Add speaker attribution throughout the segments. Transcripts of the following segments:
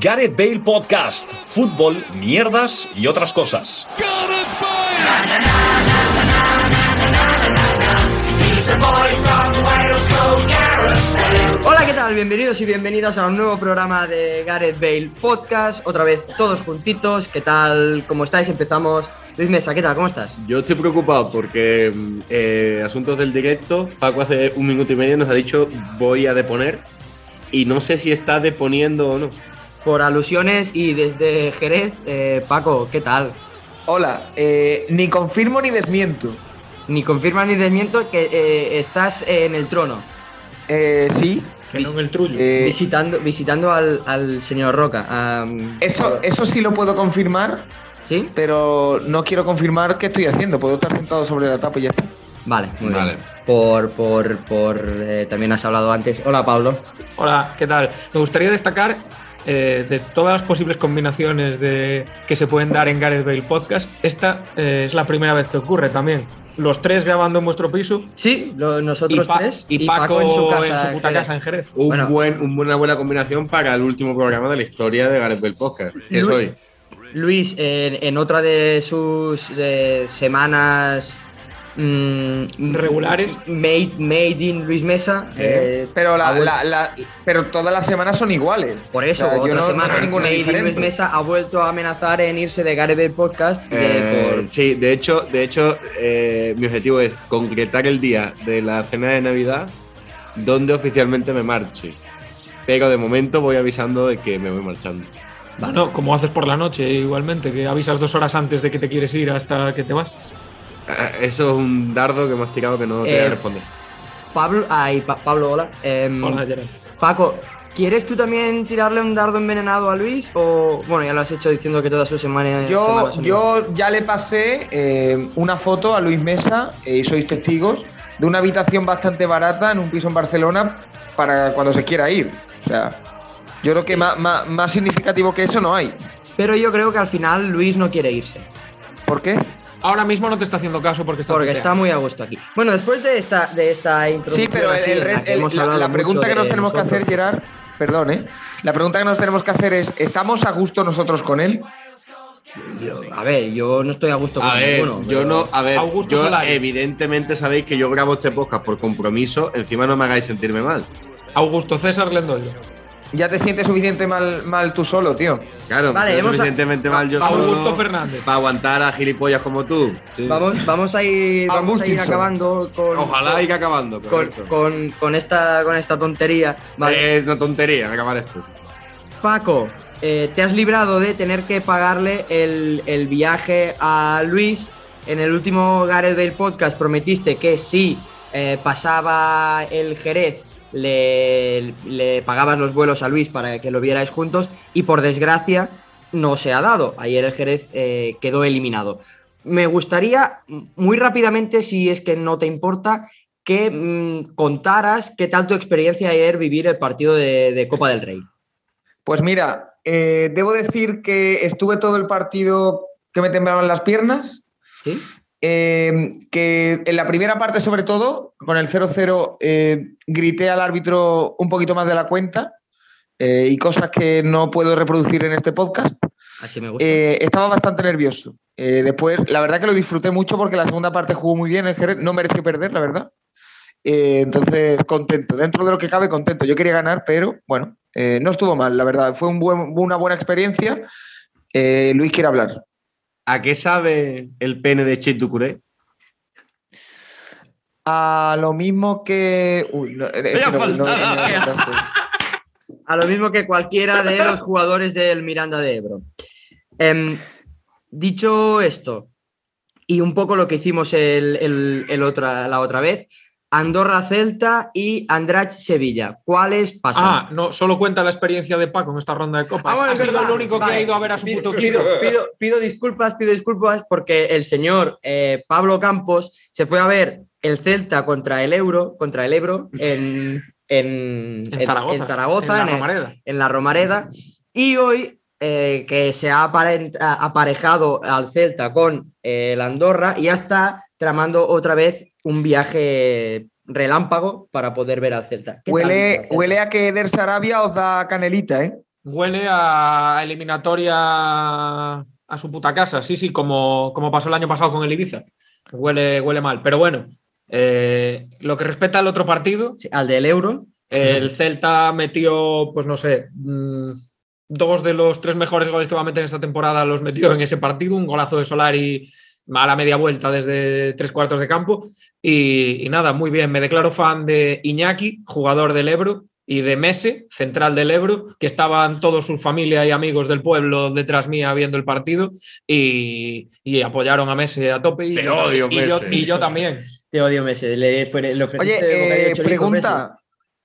Speaker 1: Gareth Bale Podcast, fútbol, mierdas y otras cosas.
Speaker 2: Hola, ¿qué tal? Bienvenidos y bienvenidas a un nuevo programa de Gareth Bale Podcast. Otra vez todos juntitos. ¿Qué tal? ¿Cómo estáis? Empezamos. Luis Mesa, ¿qué tal? ¿Cómo estás?
Speaker 3: Yo estoy preocupado porque eh, asuntos del directo, Paco hace un minuto y medio nos ha dicho voy a deponer y no sé si está deponiendo o no.
Speaker 2: Por alusiones y desde Jerez, eh, Paco, ¿qué tal?
Speaker 4: Hola, eh, ni confirmo ni desmiento.
Speaker 2: Ni confirma ni desmiento que eh, estás en el trono,
Speaker 4: Eh, sí.
Speaker 5: Que no en el trullo.
Speaker 4: eh,
Speaker 2: visitando, visitando al, al señor Roca. a-
Speaker 4: eso, eso sí lo puedo confirmar,
Speaker 2: ¿Sí?
Speaker 4: pero no quiero confirmar qué estoy haciendo. Puedo estar sentado sobre la tapa y ya
Speaker 2: Eh,
Speaker 4: está.
Speaker 2: Vale, muy
Speaker 3: Vale.
Speaker 2: bien. Por, por, por. eh, también has hablado antes. Hola, Pablo.
Speaker 5: Hola, ¿qué tal? Me gustaría destacar eh, de todas las posibles combinaciones de, que se pueden dar en Gareth Bale Podcast, esta eh, es la primera vez que ocurre también. Los tres grabando en vuestro piso
Speaker 2: Sí, lo- nosotros
Speaker 5: y, Pa-
Speaker 2: tres.
Speaker 5: y Paco, en su, puta
Speaker 2: Jerez.
Speaker 5: casa en Jerez.
Speaker 3: Un
Speaker 2: Bueno.
Speaker 3: buen, un- una buena combinación para el último programa de la historia de Gareth Bale Podcast, que
Speaker 2: Luis.
Speaker 3: soy.
Speaker 2: Luis, en, en otra de sus eh, semanas mm,
Speaker 5: Regulares.
Speaker 2: made, made in Luis Mesa, eh,
Speaker 4: Pero, la,
Speaker 2: ha vuel-
Speaker 4: la- la- pero todas las semanas son iguales.
Speaker 2: por eso,
Speaker 4: O sea, yo
Speaker 2: otra
Speaker 4: no- no
Speaker 2: semana
Speaker 4: veo ninguna
Speaker 2: made in Luis
Speaker 4: diferente.
Speaker 2: Mesa ha vuelto a amenazar en irse de Gareth Bale Podcast eh,
Speaker 3: Eh,
Speaker 2: por-
Speaker 3: Sí, de hecho, de hecho eh, mi objetivo es concretar el día de la cena de Navidad donde oficialmente me marche. Pero de momento voy avisando de que me voy marchando.
Speaker 5: No, como haces por la noche igualmente, que avisas dos horas antes de que te quieres ir hasta que te vas.
Speaker 3: Ah, Eso es un dardo que me has tirado que no te voy
Speaker 2: Eh,
Speaker 3: a responder.
Speaker 2: Pablo. Ay, Pa- Pablo, hola. Em,
Speaker 5: Hola, Gerard.
Speaker 2: Paco, ¿quieres tú también tirarle un dardo envenenado a Luis? O bueno, ya lo has hecho diciendo que todas sus semanas.
Speaker 4: Yo,
Speaker 2: semanas son
Speaker 4: yo ya le pasé eh, una foto a Luis Mesa, eh, y sois testigos, de una habitación bastante barata en un piso en Barcelona para cuando se quiera ir. O sea, yo creo que más, más- más significativo que eso no hay.
Speaker 2: Pero yo creo que al final Luis no quiere irse.
Speaker 4: ¿Por qué?
Speaker 5: Ahora mismo no te está haciendo caso porque está
Speaker 2: Porque
Speaker 5: tuteando.
Speaker 2: está muy a gusto aquí. Bueno, después de esta, de esta introducción.
Speaker 4: Sí, pero el-
Speaker 2: así,
Speaker 4: el
Speaker 2: en la
Speaker 4: re-
Speaker 2: que
Speaker 4: el-
Speaker 2: hemos
Speaker 4: la,
Speaker 2: hablado
Speaker 4: la
Speaker 2: mucho
Speaker 4: pregunta que nos
Speaker 2: de
Speaker 4: tenemos que hacer,
Speaker 2: nosotros, pues,
Speaker 4: Gerard, perdón, ¿eh? La pregunta que nos tenemos que hacer es, ¿estamos a gusto nosotros con él?
Speaker 2: yo- A ver, yo no estoy a gusto con
Speaker 3: A ver,
Speaker 2: ninguno.
Speaker 3: yo
Speaker 2: pero-
Speaker 3: no, a ver,
Speaker 5: Augusto
Speaker 3: yo
Speaker 5: Solari.
Speaker 3: evidentemente sabéis que yo grabo este podcast por compromiso, encima no me hagáis sentirme mal.
Speaker 5: Augusto César Lendoiro.
Speaker 4: Ya te sientes suficiente mal, mal tú solo, tío.
Speaker 3: Claro,
Speaker 2: Vale,
Speaker 3: me siento
Speaker 2: hemos-
Speaker 3: suficientemente mal yo
Speaker 5: Augusto
Speaker 3: solo
Speaker 5: Fernández.
Speaker 3: para aguantar a gilipollas como tú. Sí.
Speaker 2: Vamos, vamos a ir, vamos a ir
Speaker 4: Augustinson.
Speaker 2: acabando con,
Speaker 3: Ojalá ir acabando.
Speaker 2: con,
Speaker 3: correcto.
Speaker 2: con- con esta, con esta tontería. Vale.
Speaker 3: Eh, Es una tontería acabar esto.
Speaker 2: Paco, eh, te has librado de tener que pagarle el, el viaje a Luis. En el último Gareth Bale podcast prometiste que si eh, pasaba el Jerez, le, le pagabas los vuelos a Luis para que lo vierais juntos. Y por desgracia, no se ha dado. Ayer el Jerez eh, quedó eliminado. Me gustaría, m- muy rápidamente, si es que no te importa, que mm, contaras qué tal tu experiencia ayer vivir el partido de- de Copa del Rey.
Speaker 4: Pues mira, eh, debo decir que estuve todo el partido que me temblaban las piernas,
Speaker 2: ¿Sí?
Speaker 4: eh, que en la primera parte sobre todo, con el 0-0, eh, grité al árbitro un poquito más de la cuenta eh, y cosas que no puedo reproducir en este podcast.
Speaker 2: Así me gusta.
Speaker 4: Eh, estaba bastante nervioso. Eh, después, la verdad que lo disfruté mucho porque la segunda parte jugó muy bien el Jerez, no mereció perder, la verdad. Eh, entonces, contento. Dentro de lo que cabe, contento. Yo quería ganar, pero bueno, eh, no estuvo mal, la verdad. Fue un buen- una buena experiencia. Eh, Luis quiere hablar.
Speaker 3: ¿A qué sabe el pene de Chit Ducuré?
Speaker 4: A lo mismo que. Uy, no, eh,
Speaker 3: Vaya
Speaker 4: no- no-
Speaker 3: faltada.
Speaker 4: no- no- no-
Speaker 2: A lo mismo que cualquiera de los jugadores del Miranda de Ebro. Em, dicho esto, y un poco lo que hicimos el, el- el otra, la otra vez, Andorra Celta y Andrach Sevilla. ¿Cuáles pasan?
Speaker 5: Ah, no, solo cuenta la experiencia de Paco en esta ronda de copas.
Speaker 2: Ah, bueno,
Speaker 5: ha
Speaker 2: es
Speaker 5: sido
Speaker 2: verdad.
Speaker 5: el único que
Speaker 2: Vale.
Speaker 5: ha ido a ver a su puto
Speaker 2: pido,
Speaker 5: equipo.
Speaker 2: pido, pido- pido disculpas, pido disculpas porque el señor eh, Pablo Campos se fue a ver el Celta contra el Euro, contra el Ebro en, en,
Speaker 5: En Zaragoza.
Speaker 2: en Zaragoza,
Speaker 5: en la
Speaker 2: en el-
Speaker 5: Romareda.
Speaker 2: en la Romareda. Y hoy, eh, que se ha aparent- a- aparejado al Celta con eh, el Andorra, ya está tramando otra vez un viaje relámpago para poder ver al Celta. ¿Qué tal viste al
Speaker 4: Huele,
Speaker 2: Celta?
Speaker 4: huele a que Eder Sarabia os da canelita, ¿eh?
Speaker 5: Huele a eliminatoria a su puta casa, sí, sí, como, como pasó el año pasado con el Ibiza. que Huele, huele mal. Pero bueno, eh, lo que respecta al otro partido,
Speaker 2: Sí, al del euro.
Speaker 5: el Celta metió, pues no sé, mm, dos de los tres mejores goles que va a meter esta temporada los metió en ese partido, un golazo de Solari a la media vuelta desde tres cuartos de campo. Y, y nada, muy bien, me declaro fan de Iñaki, jugador del Ebro, y de Mese, central del Ebro, que estaban todos sus familia y amigos del pueblo detrás mía viendo el partido y, y apoyaron a Mese a tope. Y,
Speaker 3: Te
Speaker 5: yo-
Speaker 3: odio,
Speaker 5: y yo-
Speaker 3: Mese.
Speaker 5: y yo también.
Speaker 2: Te odio, Messi. Le, ofre- le ofreciste bocadillo de
Speaker 4: Oye, eh,
Speaker 2: chorizo, Messi.
Speaker 4: pregunta.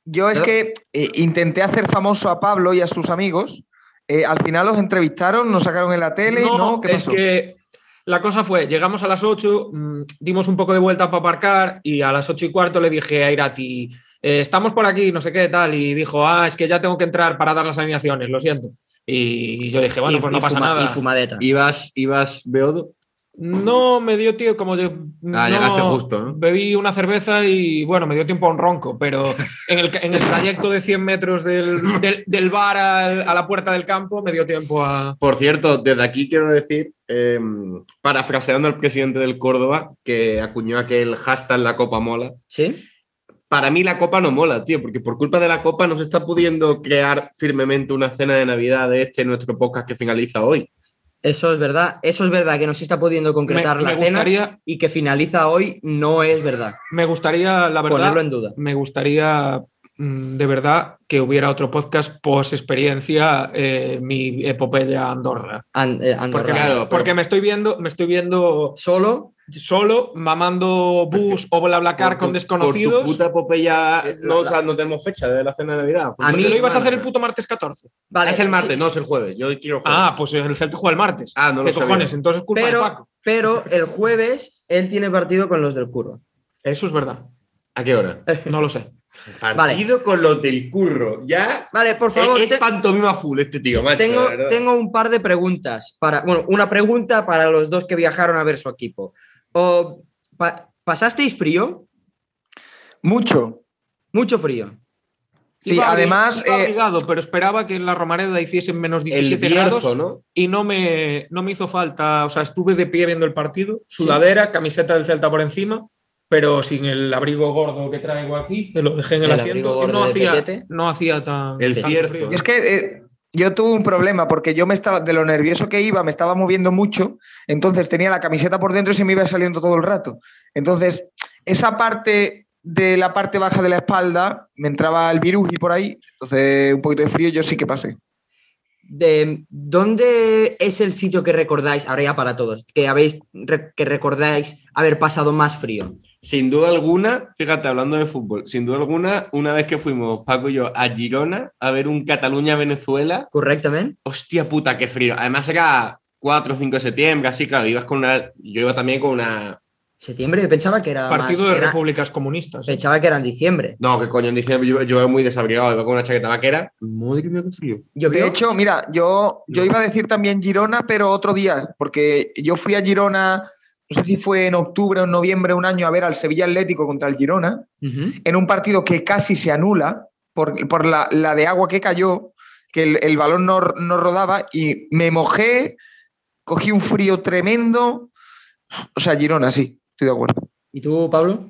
Speaker 4: Yo es
Speaker 2: ¿No?
Speaker 4: que eh, intenté hacer famoso a Pablo y a sus amigos. Eh, al final los entrevistaron, nos sacaron en la tele. No, ¿qué
Speaker 5: es
Speaker 4: pasó?
Speaker 5: que la cosa fue, llegamos a las 8, mm, dimos un poco de vuelta para aparcar y a las 8 y cuarto le dije a Irati, eh, estamos por aquí, no sé qué tal, y dijo, ah, es que ya tengo que entrar para dar las alineaciones, lo siento. Y yo le dije, bueno,
Speaker 2: Y-
Speaker 5: pues
Speaker 2: y
Speaker 5: no pasa
Speaker 2: fuma-
Speaker 5: nada.
Speaker 2: Y fumadeta.
Speaker 3: Ibas, ibas Beodo.
Speaker 5: No me dio tío, como yo.
Speaker 3: Ah,
Speaker 5: no-
Speaker 3: llegaste justo, ¿no?
Speaker 5: Bebí una cerveza y bueno, me dio tiempo a un ronco, pero en el, en el trayecto de 100 metros del, del- del bar al- a la puerta del campo me dio tiempo a.
Speaker 3: Por cierto, desde aquí quiero decir, eh, parafraseando al presidente del Córdoba, que acuñó aquel hashtag la copa mola.
Speaker 2: ¿Sí?
Speaker 3: Para mí la copa no mola, tío, porque por culpa de la copa no se está pudiendo crear firmemente una cena de Navidad de este nuestro podcast que finaliza hoy.
Speaker 2: Eso es verdad. Eso es verdad que no se está pudiendo
Speaker 5: Me,
Speaker 2: concretar la
Speaker 5: me
Speaker 2: cena
Speaker 5: gustaría,
Speaker 2: y que finaliza hoy no es verdad.
Speaker 5: me gustaría, la verdad.
Speaker 2: Ponerlo en duda.
Speaker 5: me gustaría mm, de verdad que hubiera otro podcast post experiencia mi epopeya Andorra.
Speaker 2: An- eh, Andorra.
Speaker 5: Porque,
Speaker 3: Claro, pero-
Speaker 5: porque me estoy viendo, me estoy viendo
Speaker 2: Solo
Speaker 5: solo mamando bus o
Speaker 3: Por
Speaker 5: blablacar
Speaker 3: tu-
Speaker 5: con
Speaker 3: Por
Speaker 5: desconocidos.
Speaker 3: tu puta epopeya,
Speaker 2: Eh,
Speaker 3: no,
Speaker 2: la-
Speaker 3: o sea, no tenemos fecha de la cena de Navidad.
Speaker 2: A mí-
Speaker 5: lo ibas a hacer el
Speaker 3: puto
Speaker 5: puto martes 14.
Speaker 2: Vale,
Speaker 3: es el
Speaker 2: sí,
Speaker 3: martes,
Speaker 2: sí,
Speaker 3: no, es el jueves. Yo quiero jueves.
Speaker 5: Ah, pues el Celta juega el martes.
Speaker 3: Ah, no lo
Speaker 5: ¿Qué
Speaker 3: sabía.
Speaker 5: cojones? Entonces es culpa de
Speaker 2: Pero,
Speaker 5: Paco.
Speaker 2: pero el jueves él tiene partido con los del curro.
Speaker 5: Eso es verdad.
Speaker 3: ¿A qué hora?
Speaker 2: Eh,
Speaker 5: No lo sé.
Speaker 3: Partido con los del curro. Ya
Speaker 2: Vale, por favor,
Speaker 3: es,
Speaker 2: te-
Speaker 3: es pantomima full este tío, macho. la
Speaker 2: tengo,
Speaker 3: verdad.
Speaker 2: tengo un par de preguntas. Para, bueno, una pregunta para los dos que viajaron a ver su equipo. O, pa- ¿Pasasteis frío?
Speaker 4: Mucho.
Speaker 2: Mucho frío.
Speaker 4: Sí,
Speaker 5: Iba obli-
Speaker 4: además,
Speaker 5: iba
Speaker 4: eh,
Speaker 5: obligado, pero esperaba que en la Romareda hiciesen menos
Speaker 3: el
Speaker 5: 17 grados
Speaker 3: Bierzo, ¿no?
Speaker 5: y no me, no me hizo falta, o sea, estuve de pie viendo el partido, sudadera, camiseta del Celta por encima, pero sin el abrigo gordo que traigo aquí, que lo dejé en el,
Speaker 2: El abrigo
Speaker 5: asiento, y
Speaker 2: gordo
Speaker 5: no
Speaker 2: de
Speaker 5: hacía,
Speaker 2: pelete.
Speaker 5: no hacía tan...
Speaker 3: El
Speaker 2: Sí.
Speaker 3: Cierzo.
Speaker 4: Y es que eh, yo tuve un problema porque yo me estaba, de lo nervioso que iba, me estaba moviendo mucho, entonces tenía la camiseta por dentro y se me iba saliendo todo el rato. Entonces, esa parte de la parte baja de la espalda me entraba el virus y por ahí, entonces un poquito de frío yo sí que pasé.
Speaker 2: De, ¿Dónde es el sitio que recordáis, ahora ya para todos, que, habéis, re- que recordáis haber pasado más frío?
Speaker 3: Sin duda alguna, fíjate, hablando de fútbol, sin duda alguna, una vez que fuimos, Paco y yo, a Girona a ver un Cataluña-Venezuela,
Speaker 2: ¿Correctamente?
Speaker 3: hostia puta, qué frío. Además era 4 o 5 de septiembre, así, claro, ibas con una. Yo iba también con una.
Speaker 2: ¿Septiembre? Yo pensaba que era.
Speaker 5: Partido
Speaker 2: más-
Speaker 5: de
Speaker 2: era-
Speaker 5: repúblicas comunistas. ¿eh?
Speaker 2: Pensaba que era en diciembre.
Speaker 3: No, que coño, en diciembre yo, yo iba muy desabrigado, iba con una chaqueta vaquera. Madre mía, qué frío.
Speaker 2: Yo
Speaker 4: De
Speaker 2: creo-
Speaker 4: hecho, mira, yo, yo iba a decir también Girona, pero otro día, porque yo fui a Girona, no sé si fue en octubre o en noviembre un año, a ver al Sevilla Atlético contra el Girona.
Speaker 2: Ujú.
Speaker 4: en un partido que casi se anula por, por la, la de agua que cayó, que el, el balón no, no rodaba y me mojé, cogí un frío tremendo. O sea, Girona, sí, estoy de acuerdo.
Speaker 2: ¿Y tú, Pablo?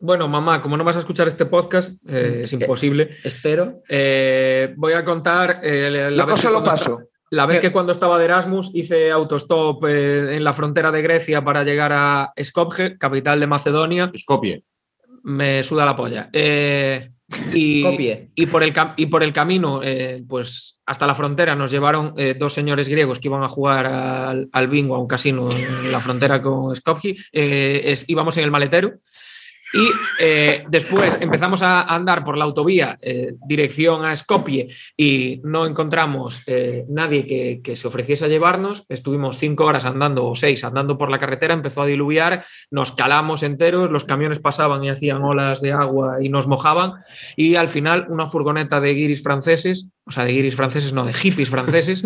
Speaker 5: Bueno, mamá, como no vas a escuchar este podcast, eh, es imposible,
Speaker 2: Espero.
Speaker 5: eh, voy a contar eh, la,
Speaker 4: Luego
Speaker 5: vez que
Speaker 4: se lo
Speaker 5: cuando esta-
Speaker 4: paso.
Speaker 5: la vez que cuando estaba de Erasmus hice autostop eh, en la frontera de Grecia para llegar a Skopje, capital de Macedonia,
Speaker 3: Escopie.
Speaker 5: me suda la polla. Eh, y,
Speaker 2: Copie.
Speaker 5: y por el cam- y por el camino, eh, pues hasta la frontera nos llevaron eh, dos señores griegos que iban a jugar al, al bingo a un casino en la frontera con Skopje. Eh, es- íbamos en el maletero. Y eh, después empezamos a andar por la autovía eh, dirección a Skopje y no encontramos eh, nadie que, que se ofreciese a llevarnos. Estuvimos cinco horas andando o seis andando por la carretera, empezó a diluviar, nos calamos enteros, los camiones pasaban y hacían olas de agua y nos mojaban. Y al final una furgoneta de guiris franceses, o sea, de guiris franceses, no, de hippies franceses,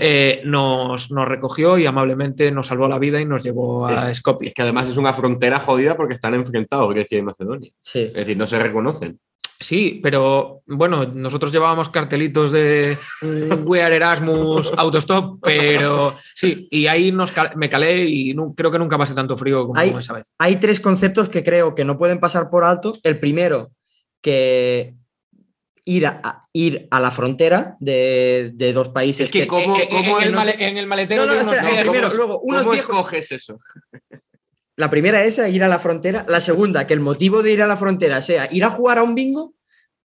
Speaker 5: eh, nos, nos recogió y amablemente nos salvó la vida y nos llevó a
Speaker 2: Eh.
Speaker 5: Skopje.
Speaker 3: Es que además es una frontera jodida porque están enfrentados Grecia y Macedonia.
Speaker 2: Sí.
Speaker 3: Es decir, no se reconocen.
Speaker 5: Sí, pero bueno, nosotros llevábamos cartelitos de mm, We are Erasmus Autostop, pero sí, y ahí nos cal- me calé y nu- creo que nunca pasé tanto frío como
Speaker 2: Ahí-
Speaker 5: esa vez.
Speaker 2: Hay tres conceptos que creo que no pueden pasar por alto. El primero, que ir a, a- ir a la frontera de, de dos países
Speaker 3: Es que como- ¿Cómo-
Speaker 5: Eh, eh,
Speaker 3: cómo
Speaker 5: en,
Speaker 3: él
Speaker 5: el
Speaker 3: no
Speaker 5: male-
Speaker 3: se-
Speaker 5: en el maletero
Speaker 2: No, no,
Speaker 5: yo unos
Speaker 2: espera,
Speaker 5: días-
Speaker 2: el primero,
Speaker 3: ¿Cómo-
Speaker 2: luego, unos
Speaker 3: ¿Cómo
Speaker 2: viejos-
Speaker 3: escoges eso?
Speaker 2: La primera esa, ir a la frontera. La segunda, que el motivo de ir a la frontera sea ir a jugar a un bingo,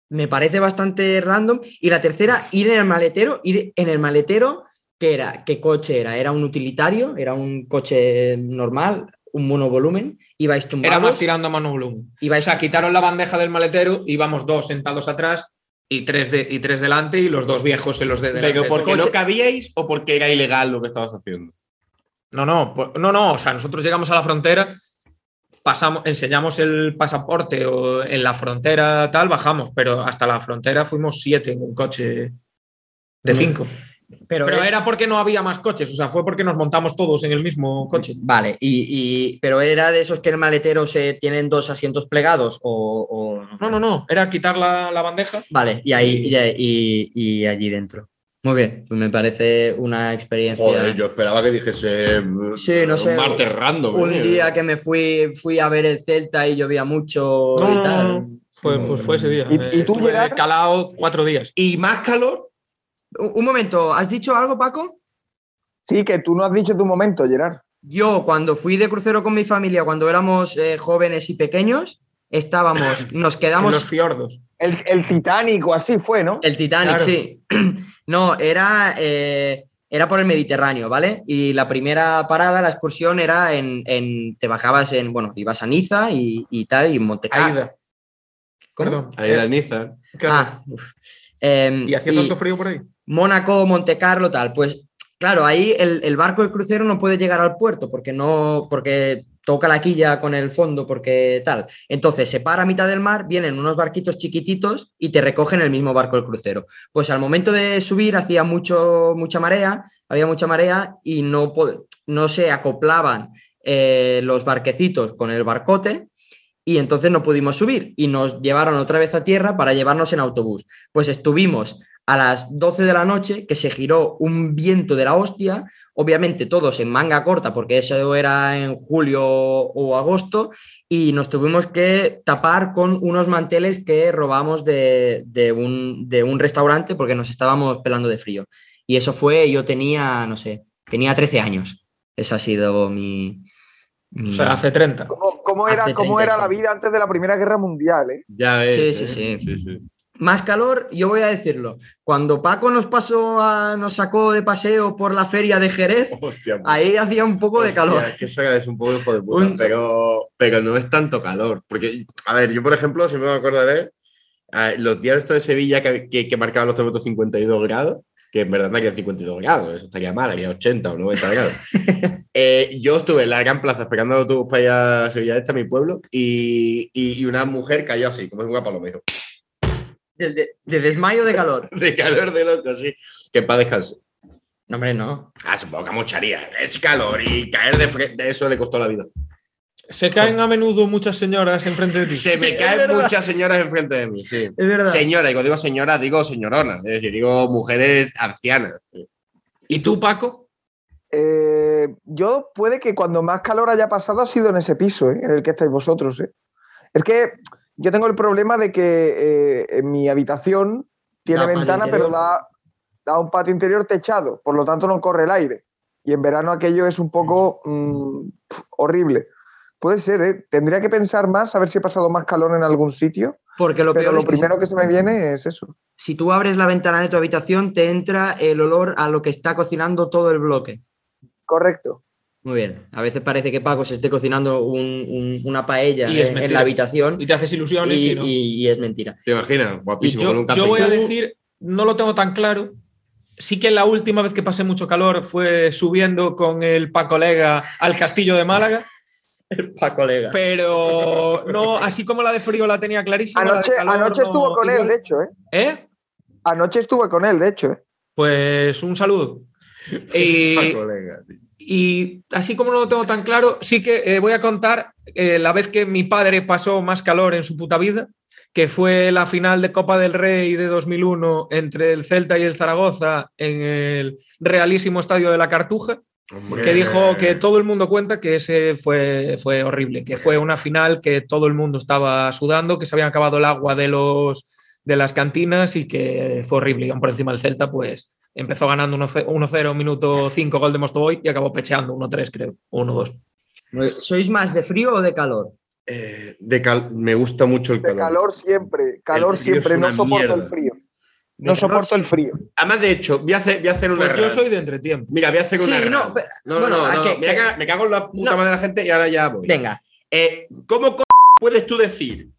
Speaker 2: me parece bastante random. Y la tercera, ir en el maletero, ir en el maletero, ¿qué era? ¿Qué coche era? ¿Era un utilitario? ¿Era un coche normal? ¿Un monovolumen? ¿Ibais
Speaker 5: era más
Speaker 2: tumbados?
Speaker 5: tirando a mano Bloom. O
Speaker 2: ¿Ibais
Speaker 5: sea, quitaron la bandeja del maletero, íbamos dos sentados atrás y tres, de, y tres delante y los dos viejos en los de delante.
Speaker 3: ¿Pero porque no
Speaker 2: Coche-
Speaker 3: cabíais o porque era ilegal lo que estabas haciendo?
Speaker 5: No, no, po- no, no. O sea, nosotros llegamos a la frontera, pasamos, enseñamos el pasaporte o en la frontera tal, bajamos, pero hasta la frontera fuimos siete en un coche de cinco.
Speaker 2: Pero,
Speaker 5: Pero
Speaker 2: es-
Speaker 5: era porque no había más coches, o sea, fue porque nos montamos todos en el mismo coche.
Speaker 2: Vale, y, y- pero era de esos que en el maletero se tienen dos asientos plegados o... o-
Speaker 5: No, no, no. Era quitar la, la bandeja.
Speaker 2: Vale, y ahí y, y- y allí dentro. Muy bien, pues me parece una experiencia.
Speaker 3: Joder, yo esperaba que dijese.
Speaker 2: Sí, no sé,
Speaker 3: Un martes random.
Speaker 2: Un
Speaker 3: eh.
Speaker 2: día que me fui, fui a ver el Celta y llovía mucho
Speaker 5: No,
Speaker 2: y
Speaker 5: no,
Speaker 2: tal.
Speaker 5: no, no. Fue, pues fue ese día.
Speaker 4: ¿Y-
Speaker 5: Eh,
Speaker 4: y tú,
Speaker 5: estuve
Speaker 4: Gerard?
Speaker 5: calao cuatro días.
Speaker 3: ¿Y más calor?
Speaker 2: Un, un momento, ¿has dicho algo, Paco?
Speaker 4: Sí, que tú no has dicho tu momento, Gerard.
Speaker 2: Yo, cuando fui de crucero con mi familia, cuando éramos eh, jóvenes y pequeños, estábamos, nos
Speaker 5: en
Speaker 2: quedamos.
Speaker 5: los fiordos.
Speaker 4: El, el Titanic o así fue, ¿no?
Speaker 2: El Titanic,
Speaker 5: Claro.
Speaker 2: sí. No, era, eh, era por el Mediterráneo, ¿vale? Y la primera parada, la excursión, era en. en- te bajabas en. Bueno, ibas a Niza y, y tal, y Monte
Speaker 5: Aida.
Speaker 2: ¿Cómo?
Speaker 5: Ah, Perdón. Eh,
Speaker 3: Ahí era Niza.
Speaker 5: Claro.
Speaker 2: Ah, uf. Eh,
Speaker 5: ¿Y hacía tanto frío por ahí?
Speaker 2: Mónaco, Monte Carlo, tal. Pues claro, ahí el, el barco de crucero no puede llegar al puerto porque no, porque toca la quilla con el fondo, porque tal. Entonces se para a mitad del mar, vienen unos barquitos chiquititos y te recogen el mismo barco del crucero. Pues al momento de subir hacía mucho, mucha marea, había mucha marea y no, po- no se acoplaban eh, los barquecitos con el barcote. Y entonces no pudimos subir y nos llevaron otra vez a tierra para llevarnos en autobús. Pues estuvimos a las 12 de la noche, que se giró un viento de la hostia, obviamente todos en manga corta, porque eso era en julio o agosto, y nos tuvimos que tapar con unos manteles que robamos de, de un, de un restaurante porque nos estábamos pelando de frío. Y eso fue, yo tenía, no sé, tenía 13 años. Esa ha sido mi... mi-
Speaker 3: Mm.
Speaker 5: O sea, hace 30.
Speaker 4: ¿Cómo, cómo era,
Speaker 2: Hace
Speaker 4: cómo
Speaker 2: 30
Speaker 4: era la
Speaker 2: años.
Speaker 4: vida antes de la Primera Guerra Mundial, eh?
Speaker 3: Ya ves.
Speaker 2: Sí,
Speaker 3: eh.
Speaker 2: sí, sí.
Speaker 3: sí.
Speaker 2: Más calor, yo voy a decirlo. Cuando Paco nos pasó, a- nos sacó de paseo por la feria de Jerez,
Speaker 3: Hostia,
Speaker 2: Ahí hacía un poco de
Speaker 3: Hostia,
Speaker 2: calor.
Speaker 3: Es que eso es un poco hijo de puta,
Speaker 2: Un-
Speaker 3: pero, pero no es tanto calor. Porque, a ver, yo por ejemplo, siempre me acordaré eh, los días estos de Sevilla que, que, que marcaban los terremotos 52 grados, que en verdad no haría 52 grados, eso estaría mal, haría 80 o 90 grados. Eh, yo estuve en la gran plaza esperando al autobús para ir a Sevilla, este, a mi pueblo, y, y, y una mujer cayó así, como si una paloma, hizo,
Speaker 2: De, de- de desmayo de calor.
Speaker 3: de calor de loco, así, que para descansar.
Speaker 2: No, hombre, no.
Speaker 3: Ah, supongo que mocharía, es calor y caer de frente, eso le costó la vida.
Speaker 5: ¿Se caen a menudo muchas señoras enfrente de ti?
Speaker 3: Se me
Speaker 2: es
Speaker 3: caen
Speaker 2: verdad.
Speaker 3: muchas señoras enfrente de mí, sí.
Speaker 2: Es verdad.
Speaker 3: Señora, y cuando digo señora, digo señorona, es decir, digo mujeres ancianas.
Speaker 5: ¿Y tú, Paco?
Speaker 4: Eh, Yo puede que cuando más calor haya pasado ha sido en ese piso, ¿eh? en el que estáis vosotros. ¿eh? Es que yo tengo el problema de que eh, en mi habitación tiene
Speaker 2: Da patio
Speaker 4: ventana, pero
Speaker 2: interior.
Speaker 4: da, da un patio interior techado, por lo tanto no corre el aire. Y en verano aquello es un poco mm, pf, horrible. Puede ser, ¿eh? tendría que pensar más, a ver si he pasado más calor en algún sitio,
Speaker 2: Porque lo
Speaker 4: pero
Speaker 2: peor
Speaker 4: lo
Speaker 2: es que
Speaker 4: primero que se me viene es eso.
Speaker 2: si tú abres la ventana de tu habitación, te entra el olor a lo que está cocinando todo el bloque.
Speaker 4: Correcto.
Speaker 2: Muy bien. A veces parece que Paco se esté cocinando un- un- una paella
Speaker 5: Y
Speaker 2: en,
Speaker 5: es
Speaker 2: en
Speaker 5: mentira.
Speaker 2: la habitación
Speaker 5: Y te haces
Speaker 2: y,
Speaker 5: ilusiones y, no.
Speaker 2: y- y es mentira.
Speaker 3: ¿Te imaginas?
Speaker 5: Y
Speaker 3: Guapísimo, con
Speaker 5: yo,
Speaker 3: un
Speaker 5: yo
Speaker 3: camping.
Speaker 5: voy a decir, no lo tengo tan claro. Sí que la última vez que pasé mucho calor fue subiendo con el Paco Lega al castillo de Málaga,
Speaker 2: Paco Lega.
Speaker 5: pero no, así como la de frío la tenía clarísima. la de
Speaker 4: Anoche,
Speaker 5: calor
Speaker 4: anoche
Speaker 5: no-
Speaker 4: estuve con él,
Speaker 5: igual-
Speaker 4: de hecho. ¿eh?
Speaker 5: ¿Eh?
Speaker 4: Anoche estuve con él, de hecho. ¿eh?
Speaker 5: Pues un saludo. Y,
Speaker 3: Paco, venga, tío.
Speaker 5: y así como no lo tengo tan claro, sí que eh, voy a contar eh, la vez que mi padre pasó más calor en su puta vida, que fue la final de Copa del Rey de 2001 entre el Celta y el Zaragoza en el realísimo estadio de la Cartuja,
Speaker 3: Hombre.
Speaker 5: que dijo que todo el mundo cuenta que ese fue, fue horrible, que fue una final que todo el mundo estaba sudando, que se habían acabado el agua de, los, de las cantinas y que fue horrible. Y aún por encima el Celta, pues empezó ganando 1-0, 1-0, minuto 5 gol de Mostovoy y acabó pecheando 1-3, creo, o 1-2.
Speaker 2: ¿Sois más de frío o de calor?
Speaker 3: Eh, de cal- me gusta mucho el
Speaker 6: De
Speaker 3: calor.
Speaker 6: calor siempre, calor
Speaker 3: frío es
Speaker 6: siempre, no
Speaker 3: una
Speaker 6: soporto
Speaker 3: mierda.
Speaker 6: el frío.
Speaker 2: De
Speaker 6: No
Speaker 2: calor,
Speaker 6: soporto el frío.
Speaker 3: Además, de hecho, voy a hacer, voy a hacer una.
Speaker 5: Pues yo
Speaker 3: rara.
Speaker 5: soy de entretiempo.
Speaker 3: Mira, voy a hacer
Speaker 2: Sí,
Speaker 3: una.
Speaker 2: no,
Speaker 3: rara.
Speaker 2: pero-
Speaker 3: no,
Speaker 2: bueno,
Speaker 3: no,
Speaker 2: a
Speaker 3: no,
Speaker 2: que-
Speaker 3: me,
Speaker 2: que-
Speaker 3: cago, me cago en la puta
Speaker 2: No.
Speaker 3: madre de la gente y ahora ya voy.
Speaker 2: Venga,
Speaker 3: Eh, ¿Cómo co- puedes tú decir,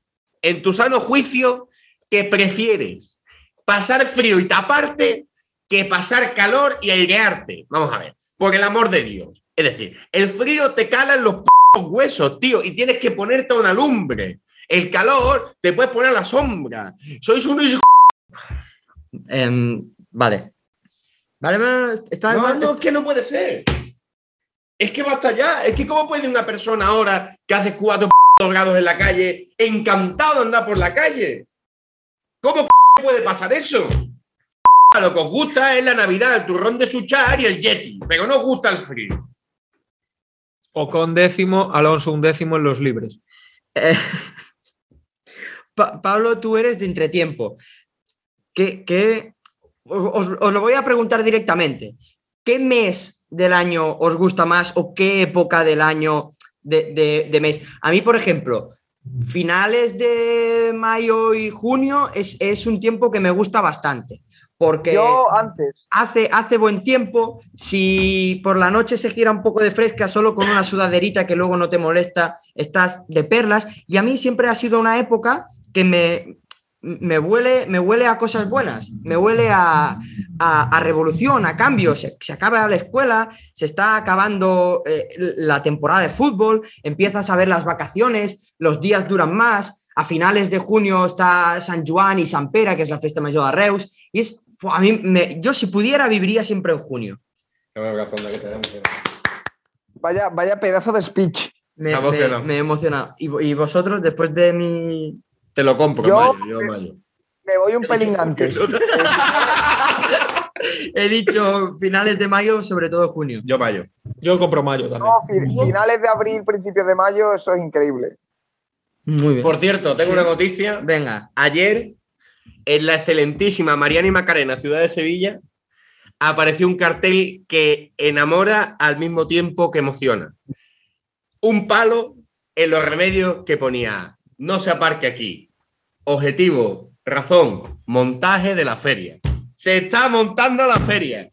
Speaker 3: en tu sano juicio, que prefieres pasar frío y taparte que pasar calor y airearte? Vamos a ver, por el amor de Dios. Es decir, el frío te cala en los p- huesos, tío, y tienes que ponerte una lumbre. El calor te puedes poner a la sombra. Sois unos hijos-
Speaker 2: em, vale. Vale, no, no, está-
Speaker 3: No, no, es que no puede ser. Es que basta ya. Es que cómo puede una persona ahora que hace cuatro p- grados en la calle, encantado de andar por la calle. ¿Cómo p- puede pasar eso? A lo que os gusta es la Navidad, el turrón de Suchar y el Yeti, pero no os gusta el frío.
Speaker 5: O con décimo, Alonso un décimo en los libres.
Speaker 2: Pa- Pablo, tú eres de entretiempo. ¿Qué, qué- Os, os lo voy a preguntar directamente. ¿Qué mes del año os gusta más o qué época del año de, de- de mes? A mí, por ejemplo, finales de mayo y junio es, es un tiempo que me gusta bastante. Porque
Speaker 6: Yo antes,
Speaker 2: hace, hace buen tiempo, si por la noche se gira un poco de fresca solo con una sudaderita que luego no te molesta, estás de perlas. Y a mí siempre ha sido una época que me, me, huele, me huele a cosas buenas, me huele a, a- a revolución, a cambio. Se, se acaba la escuela, se está acabando eh, la temporada de fútbol, empiezas a ver las vacaciones, los días duran más. A finales de junio está San Juan y San Pera, que es la fiesta mayor de Reus, y es, fu, a mí me- yo si pudiera viviría siempre en junio.
Speaker 6: vaya, vaya pedazo de speech.
Speaker 2: Me,
Speaker 3: Se ha
Speaker 2: me-
Speaker 3: emocionado.
Speaker 2: me he emocionado. Y, vo- y vosotros, después de mi...
Speaker 3: Te lo compro,
Speaker 6: Yo-
Speaker 3: Mayo, yo Mayo.
Speaker 6: Me voy un pelín antes.
Speaker 2: He dicho finales de mayo, sobre todo junio.
Speaker 3: Yo Mayo.
Speaker 5: Yo compro mayo también.
Speaker 6: No, fi- finales de abril, principios de mayo, eso es increíble.
Speaker 2: Muy bien.
Speaker 3: Por cierto, tengo
Speaker 2: Sí.
Speaker 3: una noticia.
Speaker 2: Venga.
Speaker 3: Ayer, en la excelentísima Mariana y Macarena, ciudad de Sevilla, apareció un cartel que enamora al mismo tiempo que emociona. Un palo en los remedios que ponía, no se aparque aquí. Objetivo, razón, montaje de la feria. Se está montando la feria.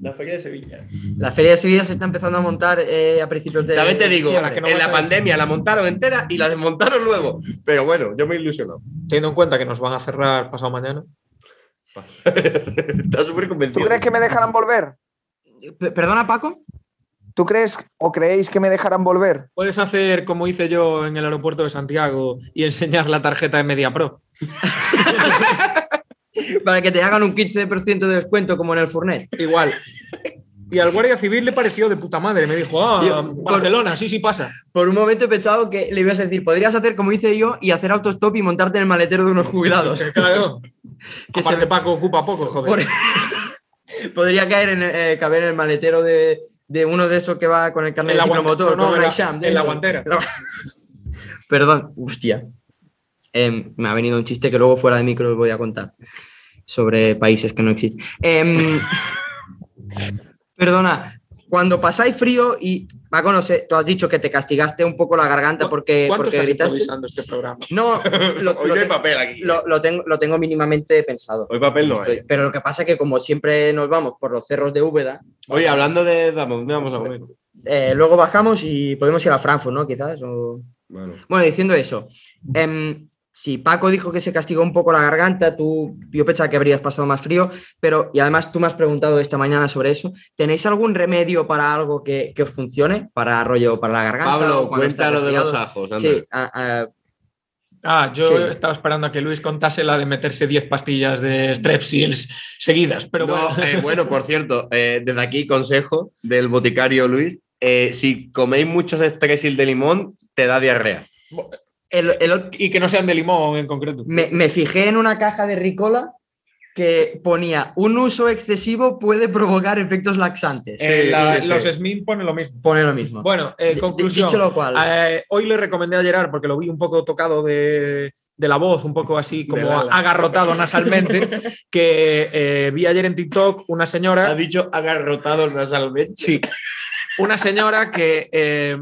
Speaker 3: La feria de Sevilla.
Speaker 2: La Feria de Sevilla se está empezando a montar eh, a principios de...
Speaker 3: También te digo,
Speaker 5: sí, a la que no
Speaker 3: en
Speaker 5: vas
Speaker 3: la
Speaker 5: a-
Speaker 3: pandemia la montaron entera y la desmontaron luego. Pero bueno, yo me ilusionó.
Speaker 5: Teniendo en cuenta que nos van a cerrar pasado mañana.
Speaker 3: Está súper
Speaker 6: ¿Tú
Speaker 3: convencido.
Speaker 6: crees que me dejarán volver?
Speaker 2: P- Eh, ¿Perdona, Paco?
Speaker 6: ¿Tú crees o creéis que me dejarán volver?
Speaker 5: Puedes hacer como hice yo en el aeropuerto de Santiago y enseñar la tarjeta de Media Pro.
Speaker 2: Para que te hagan un 15% de descuento como en el Furnet.
Speaker 5: Igual. Y al guardia civil le pareció de puta madre. Me dijo, ah,
Speaker 2: Yo-
Speaker 5: Barcelona, sí, sí pasa.
Speaker 2: Por un momento he pensado que le ibas a decir, podrías hacer como hice yo y hacer autostop y montarte en el maletero de unos jubilados.
Speaker 5: Claro.
Speaker 2: Que
Speaker 5: Aparte,
Speaker 2: se-
Speaker 5: Paco ocupa poco, joder.
Speaker 2: Por- Podría caer en, eh, caber en el maletero de, de uno de esos que va con el carnet
Speaker 5: En la
Speaker 2: de
Speaker 5: guan-
Speaker 2: motor,
Speaker 5: no, no, en la- en la guantera.
Speaker 2: Perdón, hostia. Em, me ha venido un chiste que luego fuera de micro os voy a contar sobre países que no existen. Em, perdona, cuando pasáis frío y Paco, no sé, tú has dicho que te castigaste un poco la garganta porque,
Speaker 5: ¿Cuánto
Speaker 2: Eh, porque
Speaker 5: estás
Speaker 2: gritaste.
Speaker 5: improvisando este programa?
Speaker 2: No, lo,
Speaker 3: Hoy
Speaker 2: lo
Speaker 3: no hay
Speaker 2: te-
Speaker 3: papel aquí. ¿eh?
Speaker 2: lo- lo tengo, lo tengo mínimamente pensado.
Speaker 3: Hoy papel no hay.
Speaker 2: Estoy- Pero lo que pasa es que como siempre nos vamos por los cerros de Úbeda,
Speaker 3: Oye, hablando de Damo, ¿dónde vamos a comer?
Speaker 2: eh, luego bajamos y podemos ir a Frankfurt, ¿no? Quizás. o-
Speaker 3: Bueno.
Speaker 2: Bueno, diciendo eso, em, si Paco dijo que se castigó un poco la garganta, tú, yo pensaba que habrías pasado más frío, pero, y además tú me has preguntado esta mañana sobre eso, ¿tenéis algún remedio para algo que, que os funcione? Para rollo, para la garganta.
Speaker 3: Pablo,
Speaker 2: o cuando
Speaker 3: cuenta
Speaker 2: estás
Speaker 3: lo de los
Speaker 2: resfriado?
Speaker 3: ajos. anda.
Speaker 2: Sí, ah, ah,
Speaker 5: Ah, yo
Speaker 2: Sí.
Speaker 5: estaba esperando a que Luis contase la de meterse 10 pastillas de Strepsils seguidas, pero
Speaker 3: No, eh,
Speaker 5: bueno.
Speaker 3: bueno. por cierto, eh, desde aquí consejo del boticario Luis, eh, si coméis muchos estresil de limón, te da diarrea.
Speaker 2: el- el ot-
Speaker 5: Y que no sean de limón en concreto.
Speaker 2: me, me fijé en una caja de Ricola que ponía un uso excesivo puede provocar efectos laxantes.
Speaker 5: Eh,
Speaker 3: Sí,
Speaker 5: la-
Speaker 3: sí, sí.
Speaker 5: Los Smith ponen lo mismo.
Speaker 2: Pone lo mismo.
Speaker 5: Bueno, eh,
Speaker 2: Di-
Speaker 5: conclusión.
Speaker 2: Dicho lo cual,
Speaker 5: Eh, hoy le recomendé a Gerard porque lo vi un poco tocado de, de la voz, un poco así como
Speaker 3: Del ala.
Speaker 5: agarrotado nasalmente, que eh, vi ayer en TikTok
Speaker 3: Ha
Speaker 5: una
Speaker 2: ¿Ah?
Speaker 5: señora,
Speaker 3: dicho agarrotado nasalmente.
Speaker 5: sí, una señora que eh,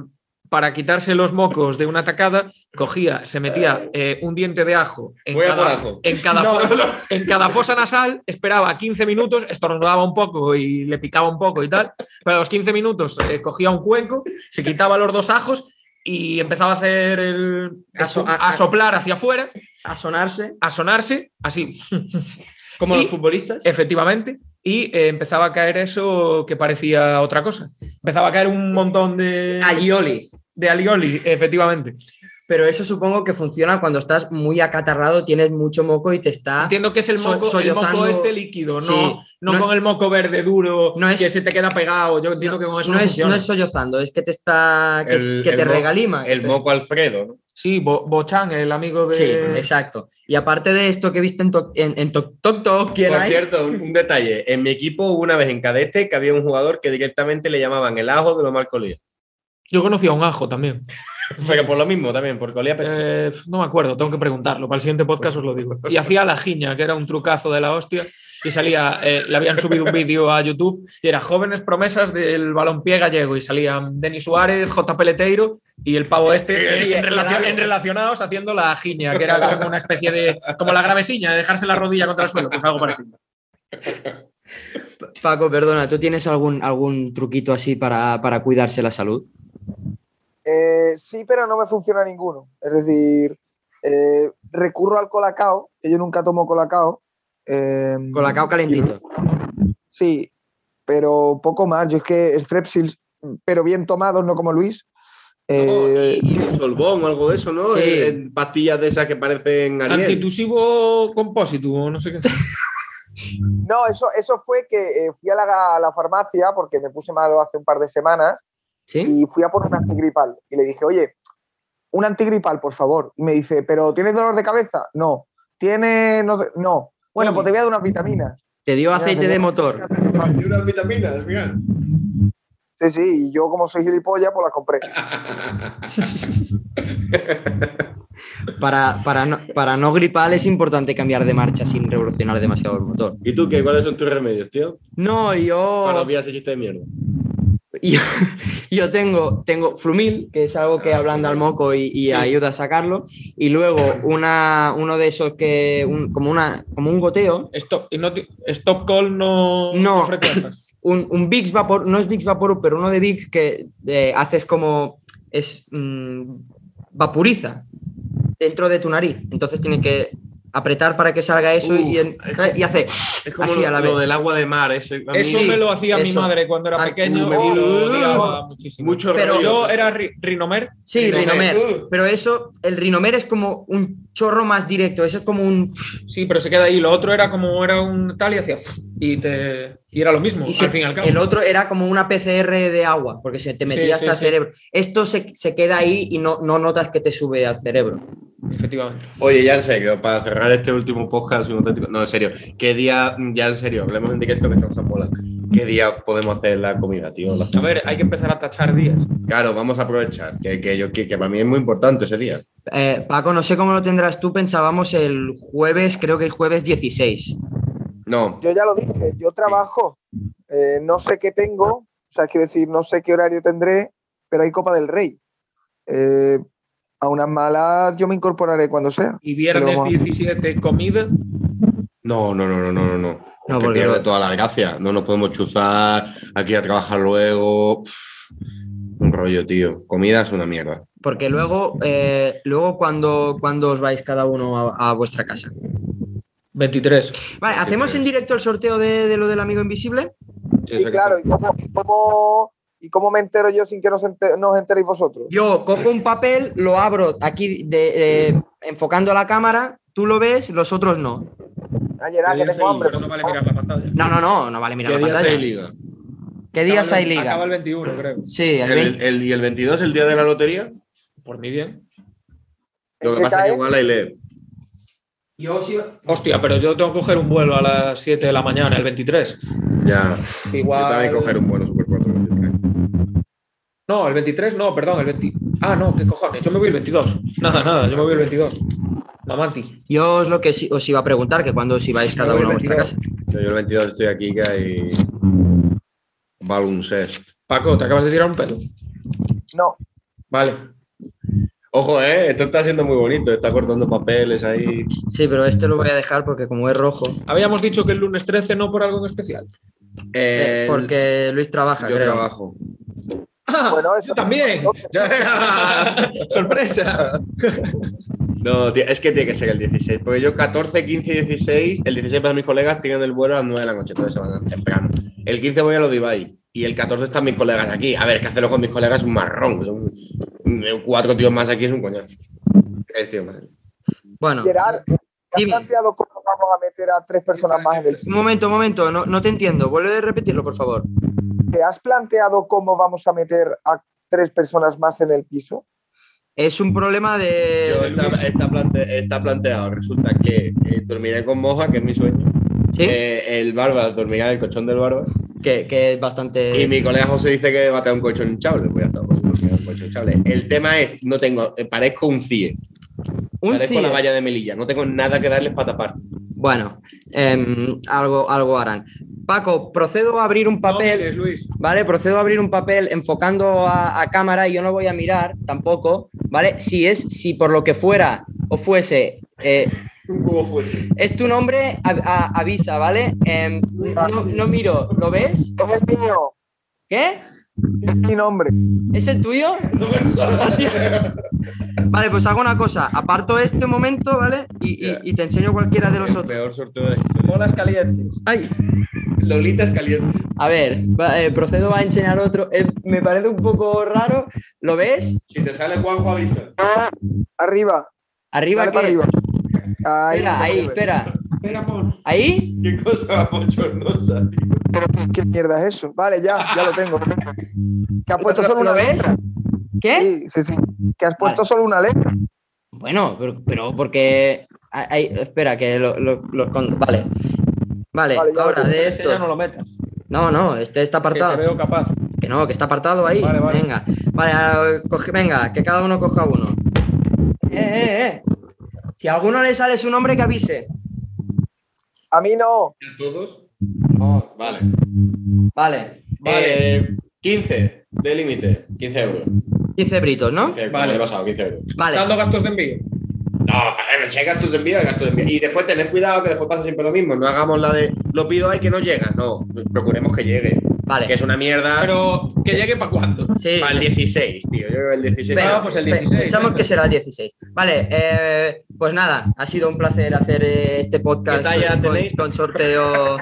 Speaker 5: para quitarse los mocos de una tacada cogía, se metía eh, un diente de ajo en
Speaker 3: Voy a por
Speaker 5: cada,
Speaker 3: ajo.
Speaker 5: en cada
Speaker 3: No,
Speaker 5: fo-
Speaker 3: no.
Speaker 5: en cada fosa nasal, esperaba 15 minutos, estornudaba un poco y le picaba un poco y tal, pero a los 15 minutos eh, cogía un cuenco, se quitaba los dos ajos y empezaba a hacer el.
Speaker 2: A so-
Speaker 5: a, a soplar hacia afuera,
Speaker 2: a sonarse.
Speaker 5: a sonarse, así,
Speaker 7: Como
Speaker 5: Y-
Speaker 7: los futbolistas.
Speaker 5: efectivamente, y eh, empezaba a caer eso que parecía otra cosa. Empezaba a caer un montón de.
Speaker 2: Aioli.
Speaker 5: de alioli, efectivamente.
Speaker 2: Pero eso supongo que funciona cuando estás muy acatarrado, tienes mucho moco y te está.
Speaker 5: Entiendo que es el
Speaker 2: So-
Speaker 5: moco, el
Speaker 2: sollozando-
Speaker 5: moco este líquido,
Speaker 2: Sí.
Speaker 5: no, no,
Speaker 2: No-
Speaker 5: con el moco verde duro
Speaker 2: No es-
Speaker 5: que se te queda pegado. Yo entiendo
Speaker 2: No,
Speaker 5: que con eso
Speaker 2: no
Speaker 5: no,
Speaker 2: es,
Speaker 5: funciona.
Speaker 2: no es sollozando, es que te está. que,
Speaker 3: El-
Speaker 2: que
Speaker 3: el
Speaker 2: te
Speaker 3: mo-
Speaker 2: regalima.
Speaker 3: El moco Alfredo, ¿no?
Speaker 5: Sí, Bo- Bochan, el amigo de.
Speaker 2: Sí, exacto. Y aparte de esto que he visto en Tok en, en Tok Tok Tok, ¿quién
Speaker 3: Por
Speaker 2: hay?
Speaker 3: cierto, un, un detalle. En mi equipo hubo una vez en cadete que había un jugador que directamente le llamaban el ajo de lo mal colía.
Speaker 5: Yo conocí a un ajo también.
Speaker 3: O sea, que por lo mismo también, por colía peste.
Speaker 5: Eh, no me acuerdo, tengo que preguntarlo. Para el siguiente podcast os lo digo. Y hacía la jiña, que era un trucazo de la hostia. Y salía, eh, le habían subido un vídeo a YouTube y era jóvenes promesas del balompié gallego. Y salían Denis Suárez, J. Peleteiro y el pavo este en, relacion- en relacionados haciendo la jiña, que era como una especie de. como la gravesiña, de dejarse la rodilla contra el suelo, pues algo parecido.
Speaker 2: Paco, perdona, ¿tú tienes algún, algún truquito así para, para cuidarse la salud?
Speaker 6: Eh, sí, pero no me funciona ninguno. Es decir, eh, recurro al colacao, que yo nunca tomo colacao. eh,
Speaker 2: Colacao calentito.
Speaker 6: Sí, pero poco más. Yo es que strepsils, pero bien tomados, no como Luis. Eh,
Speaker 3: y, y un solbón o algo de eso, ¿no?
Speaker 2: Sí.
Speaker 3: En, en pastillas de esas que parecen Ariel.
Speaker 5: Antitusivo compósito, no sé qué.
Speaker 6: No, eso, eso fue que eh, fui a la, a la farmacia porque me puse malo hace un par de semanas
Speaker 2: ¿Sí?
Speaker 6: y fui a por un antigripal. Y le dije, oye, un antigripal, por favor. Y me dice, ¿pero tienes dolor de cabeza? No. ¿Tienes.? No. sé- no. Bueno, pues te voy a dar unas vitaminas.
Speaker 2: Te dio aceite de motor.
Speaker 3: Ah, Y unas vitaminas, mira.
Speaker 6: Sí, sí, y yo como soy gilipollas, pues las compré.
Speaker 2: Para, para, no, para no gripar es importante cambiar de marcha sin revolucionar demasiado el motor.
Speaker 3: ¿Y tú qué? ¿Cuáles son tus remedios, tío?
Speaker 2: No,
Speaker 3: Para
Speaker 2: yo,
Speaker 3: obviar ese chiste de mierda.
Speaker 2: yo, yo tengo, tengo flumil, que es algo que ablanda al moco y, y ayuda a sacarlo. Y luego una, uno de esos que, un- como, una, como un goteo,
Speaker 5: Stop, y no te- stop call no,
Speaker 2: No.
Speaker 5: frecuentas.
Speaker 2: un, un Vicks Vapor, no es Vicks Vapor, pero uno de Vicks que eh, haces como, es, mm, vaporiza dentro de tu nariz. Entonces tienes que apretar para que salga eso y,
Speaker 3: Uf,
Speaker 2: en- y hace...
Speaker 3: Es como
Speaker 2: Así,
Speaker 3: lo,
Speaker 2: a la
Speaker 3: lo
Speaker 2: vez.
Speaker 3: del agua de mar. Ese, a mí-
Speaker 5: Eso
Speaker 2: Sí,
Speaker 5: me lo hacía mi
Speaker 2: eso.
Speaker 5: madre cuando era
Speaker 2: Ah,
Speaker 5: pequeño
Speaker 3: me
Speaker 5: y lo
Speaker 3: gusta.
Speaker 5: odiaba muchísimo.
Speaker 3: Mucho
Speaker 2: Pero
Speaker 3: rollo.
Speaker 5: Yo era ri- rinomer.
Speaker 2: Sí,
Speaker 3: Rinomer.
Speaker 2: Rinomer. Pero eso, el Rinomer es como un chorro más directo. Eso es como un.
Speaker 5: Sí, pero se queda ahí. Lo otro era como era un tal y hacía y te y era lo mismo.
Speaker 2: y se-
Speaker 5: al fin y al cabo.
Speaker 2: El otro era como una PCR de agua, porque se te metía hasta
Speaker 5: Sí, sí,
Speaker 2: el
Speaker 5: sí.
Speaker 2: cerebro. Esto se, se queda ahí y no, no notas que te sube al cerebro.
Speaker 5: Efectivamente.
Speaker 3: Oye, ya en serio, para cerrar este último podcast, soy un auténtico- No, en serio, ¿qué día, ya en serio, hablemos en directo que estamos a bola. ¿Qué día podemos hacer la comida, tío? La-
Speaker 5: A ver, hay que empezar a tachar días.
Speaker 3: Claro, vamos a aprovechar, que, que yo, que, que para mí es muy importante ese día.
Speaker 2: Eh, Paco, no sé cómo lo tendrás tú. Pensábamos el jueves, creo que el jueves 16.
Speaker 3: No,
Speaker 6: Yo ya lo dije, yo trabajo, eh, no sé qué tengo, o sea, quiero decir, no sé qué horario tendré, pero hay Copa del Rey. Eh, a unas malas yo me incorporaré cuando sea.
Speaker 5: Y viernes
Speaker 6: Luego-
Speaker 5: 17 comida.
Speaker 3: no, no, no, no, no, no. no.
Speaker 2: No,
Speaker 3: que
Speaker 2: porque
Speaker 3: pierde
Speaker 2: no-
Speaker 3: toda la gracia. No nos podemos chuzar, aquí a trabajar luego. Pff, Un rollo, tío. Comida es una mierda.
Speaker 2: Porque luego, eh, luego cuando, cuando os vais cada uno a, a vuestra casa.
Speaker 5: 23.
Speaker 2: Vale, ¿hacemos en directo el sorteo de, de lo del amigo invisible?
Speaker 6: Sí, claro, ¿y cómo, y cómo- y cómo me entero yo sin que nos, ente- nos enteréis vosotros?
Speaker 2: Yo cojo un papel, lo abro aquí de- eh, enfocando a la cámara, tú lo ves, los otros no.
Speaker 6: Ayer, ah, que
Speaker 3: Pero
Speaker 6: tengo hambre.
Speaker 5: Pero no vale
Speaker 6: por favor.
Speaker 5: mirar la pantalla.
Speaker 2: No, no, no, no vale
Speaker 3: ¿Qué
Speaker 2: mirar la
Speaker 3: día
Speaker 2: pantalla.
Speaker 3: se liga?
Speaker 2: ¿Qué días hay liga?
Speaker 5: Acaba el 21, creo.
Speaker 2: Sí, el
Speaker 3: El-
Speaker 2: 20.
Speaker 3: el- ¿Y el 22, el día de la lotería?
Speaker 5: Por mi bien.
Speaker 3: Lo que
Speaker 6: que
Speaker 3: pasa es
Speaker 6: cae-
Speaker 3: que igual ahí le.
Speaker 2: Yo sí.
Speaker 5: Hostia, pero yo tengo que coger un vuelo a las 7 de la mañana, el 23.
Speaker 3: Ya.
Speaker 5: Igual.
Speaker 3: Yo también coger un vuelo Super 4.
Speaker 5: No, el 23 no, perdón, el 20. Ah, no, qué cojones, yo me voy el 22. Nada, nada, yo me voy el 22. Mamanti.
Speaker 2: Yo os lo que sí- os iba a preguntar, que cuando os ibais cada uno a vuestra casa.
Speaker 3: Yo el 22 estoy aquí que hay. Baloncesto.
Speaker 5: Paco, te acabas de tirar un pelo.
Speaker 6: No,
Speaker 5: Vale.
Speaker 3: Ojo, eh, esto está siendo muy bonito. Está cortando papeles ahí.
Speaker 2: Sí, pero este lo voy a dejar porque como es rojo.
Speaker 5: Habíamos dicho que el lunes 13 no por algo en especial.
Speaker 2: eh,
Speaker 3: Eh,
Speaker 2: porque Luis trabaja,
Speaker 3: yo
Speaker 2: creo.
Speaker 3: trabajo.
Speaker 5: Ah,
Speaker 6: bueno, eso.
Speaker 5: yo también. Sorpresa.
Speaker 3: no, tío, es que tiene que ser el 16. Porque yo 14, 15 y 16. El 16 para mis colegas tienen el vuelo a las 9 de la noche. Entonces se van temprano. El 15 voy a los Dubai. Y el 14 están mis colegas aquí. A ver, que hacerlo con mis colegas es un marrón. Son cuatro tíos más aquí es un coñazo. Tres tíos más.
Speaker 2: Bueno,
Speaker 6: Gerard, ¿te has
Speaker 2: Dime.
Speaker 6: planteado cómo vamos a meter a tres personas más en el
Speaker 2: un momento, un momento, no, no te entiendo. Vuelve a repetirlo, por favor.
Speaker 6: ¿Te has planteado cómo vamos a meter a tres personas más en el piso?
Speaker 2: Es un problema
Speaker 3: Yo
Speaker 2: de.
Speaker 3: está, está plante- está planteado. Resulta que eh, dormiré con Moja, que es mi sueño.
Speaker 2: ¿Sí?
Speaker 3: Eh, el Barbas dormirá en el colchón del Barbas.
Speaker 2: que, que es bastante.
Speaker 3: Y mi colega José dice que va a tener un colchón hinchable. Voy a estar con un colchón hinchable. El tema es, no tengo, eh, parezco un CIE.
Speaker 2: Un
Speaker 3: parezco
Speaker 2: sí,
Speaker 3: la
Speaker 2: eh.
Speaker 3: valla de Melilla. No tengo nada que darles para tapar.
Speaker 2: Bueno, em, algo, algo harán. Paco, procedo a abrir un papel.
Speaker 5: No, Luis.
Speaker 2: ¿vale? Procedo a abrir un papel enfocando a, a cámara y yo no voy a mirar tampoco, ¿vale? Si es, si por lo que fuera o fuese, eh,
Speaker 3: ¿Cómo fuese?
Speaker 2: es tu nombre, a- a- avisa, ¿vale? Em, no, no miro, ¿lo ves?
Speaker 6: Es el mío,
Speaker 2: ¿Qué?
Speaker 6: es mi nombre.
Speaker 2: ¿Es el tuyo? Vale, pues hago una cosa, aparto este momento, ¿vale? Y, y- y te enseño cualquiera de los
Speaker 3: El
Speaker 2: otros.
Speaker 3: peor sorteo de la historia.
Speaker 5: Bolas calientes.
Speaker 2: Ay,
Speaker 3: Lolita es caliente.
Speaker 2: a ver, va- eh, procedo a enseñar otro. Eh, me parece un poco raro, ¿lo ves?
Speaker 3: Si te sale Juanjo, avisa.
Speaker 6: Arriba,
Speaker 2: Arriba,
Speaker 6: dale
Speaker 2: ¿qué?
Speaker 6: para arriba. Ahí,
Speaker 2: Espera,
Speaker 6: no
Speaker 2: ahí,
Speaker 6: se mueve.
Speaker 2: espera.
Speaker 5: Espera, Paul.
Speaker 2: ¿Ahí?
Speaker 3: Qué cosa bochornosa, tío.
Speaker 6: Pero ¿qué, qué mierda es eso? Vale, ya, ya lo tengo. Que has puesto
Speaker 2: ¿Lo-
Speaker 6: solo
Speaker 2: lo
Speaker 6: una
Speaker 2: ves?
Speaker 6: letra.
Speaker 2: ¿Qué?
Speaker 6: Sí, sí, sí. Que has puesto
Speaker 2: Vale.
Speaker 6: solo una letra.
Speaker 2: Bueno, pero, pero porque. hay- hay- espera, que lo. lo- lo- con- vale. Vale,
Speaker 6: Vale, ya
Speaker 2: ahora
Speaker 6: lo-
Speaker 2: de
Speaker 5: Ese ya no
Speaker 2: esto.
Speaker 5: lo metas. que
Speaker 2: No, no, este está
Speaker 5: te
Speaker 2: apartado.
Speaker 5: veo capaz.
Speaker 2: Que no, que está apartado ahí.
Speaker 5: Vale, vale.
Speaker 2: Venga, vale, ahora coge- venga, que cada uno coja uno. Eh, eh, eh. Si a alguno le sale su nombre, que avise.
Speaker 6: A mí no.
Speaker 3: ¿A todos?
Speaker 2: No,
Speaker 3: Vale.
Speaker 2: vale.
Speaker 5: Vale.
Speaker 3: Eh, 15 de límite. 15 euros.
Speaker 2: 15 britos, ¿no?
Speaker 3: 15 euros.
Speaker 5: Vale.
Speaker 3: Vale. pasado, 15 euros.
Speaker 2: Vale.
Speaker 5: Dando gastos de envío.
Speaker 3: No, a ver, si hay gastos de envío, hay gastos de envío. Y después tened cuidado que después pasa siempre lo mismo. No hagamos la de lo pido ahí que no llega. No, procuremos que llegue. Que
Speaker 2: Vale.
Speaker 3: es una mierda.
Speaker 5: Pero que llegue para cuándo.
Speaker 2: Sí.
Speaker 3: Para el 16, tío. Yo creo que el 16.
Speaker 2: Venga,
Speaker 5: Ah, pues el
Speaker 2: Pe-
Speaker 5: 16.
Speaker 2: Pensamos que será el 16. Vale, eh, pues nada, ha sido un placer hacer eh, este podcast
Speaker 3: ¿Qué talla
Speaker 2: con,
Speaker 3: tenéis?
Speaker 2: con sorteo.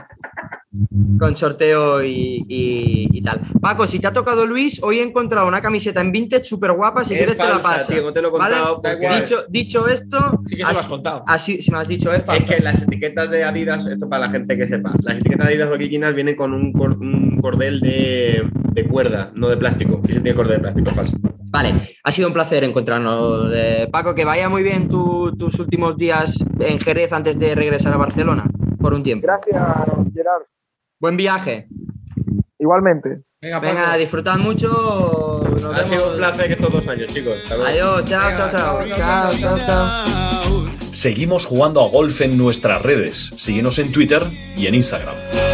Speaker 2: Con sorteo y, y- y tal. Paco, si te ha tocado Luis, hoy he encontrado una camiseta en vintage súper guapa. Si
Speaker 3: Es
Speaker 2: quieres, te la
Speaker 3: falsa,
Speaker 2: paso.
Speaker 3: tío, no te lo he
Speaker 2: ¿Vale?
Speaker 3: contado
Speaker 5: Da
Speaker 3: porque-
Speaker 5: igual.
Speaker 2: Dicho, dicho esto,
Speaker 5: Sí que se lo has
Speaker 2: así,
Speaker 5: contado.
Speaker 2: así- si me has dicho, ¿eh? es
Speaker 3: Es
Speaker 2: falsa.
Speaker 3: que las etiquetas de Adidas, esto para la gente que sepa, las etiquetas de Adidas originales vienen con un, cor- un cordel de, de cuerda, no de plástico. Y se tiene cordel de plástico falso.
Speaker 2: Vale, ha sido un placer encontrarnos. eh, Paco, que vaya muy bien tu- tus últimos días en Jerez antes de regresar a Barcelona por un tiempo.
Speaker 6: Gracias, Gerard.
Speaker 2: Buen viaje.
Speaker 6: Igualmente.
Speaker 5: Venga, Paco.
Speaker 2: Venga, disfrutad mucho. Nos
Speaker 3: Ha
Speaker 2: vemos.
Speaker 3: sido un placer estos dos años, chicos. Hasta luego.
Speaker 2: Adiós, chao, chao, chao. Chao, chao, chao.
Speaker 1: Seguimos jugando a golf en nuestras redes. Síguenos en Twitter y en Instagram.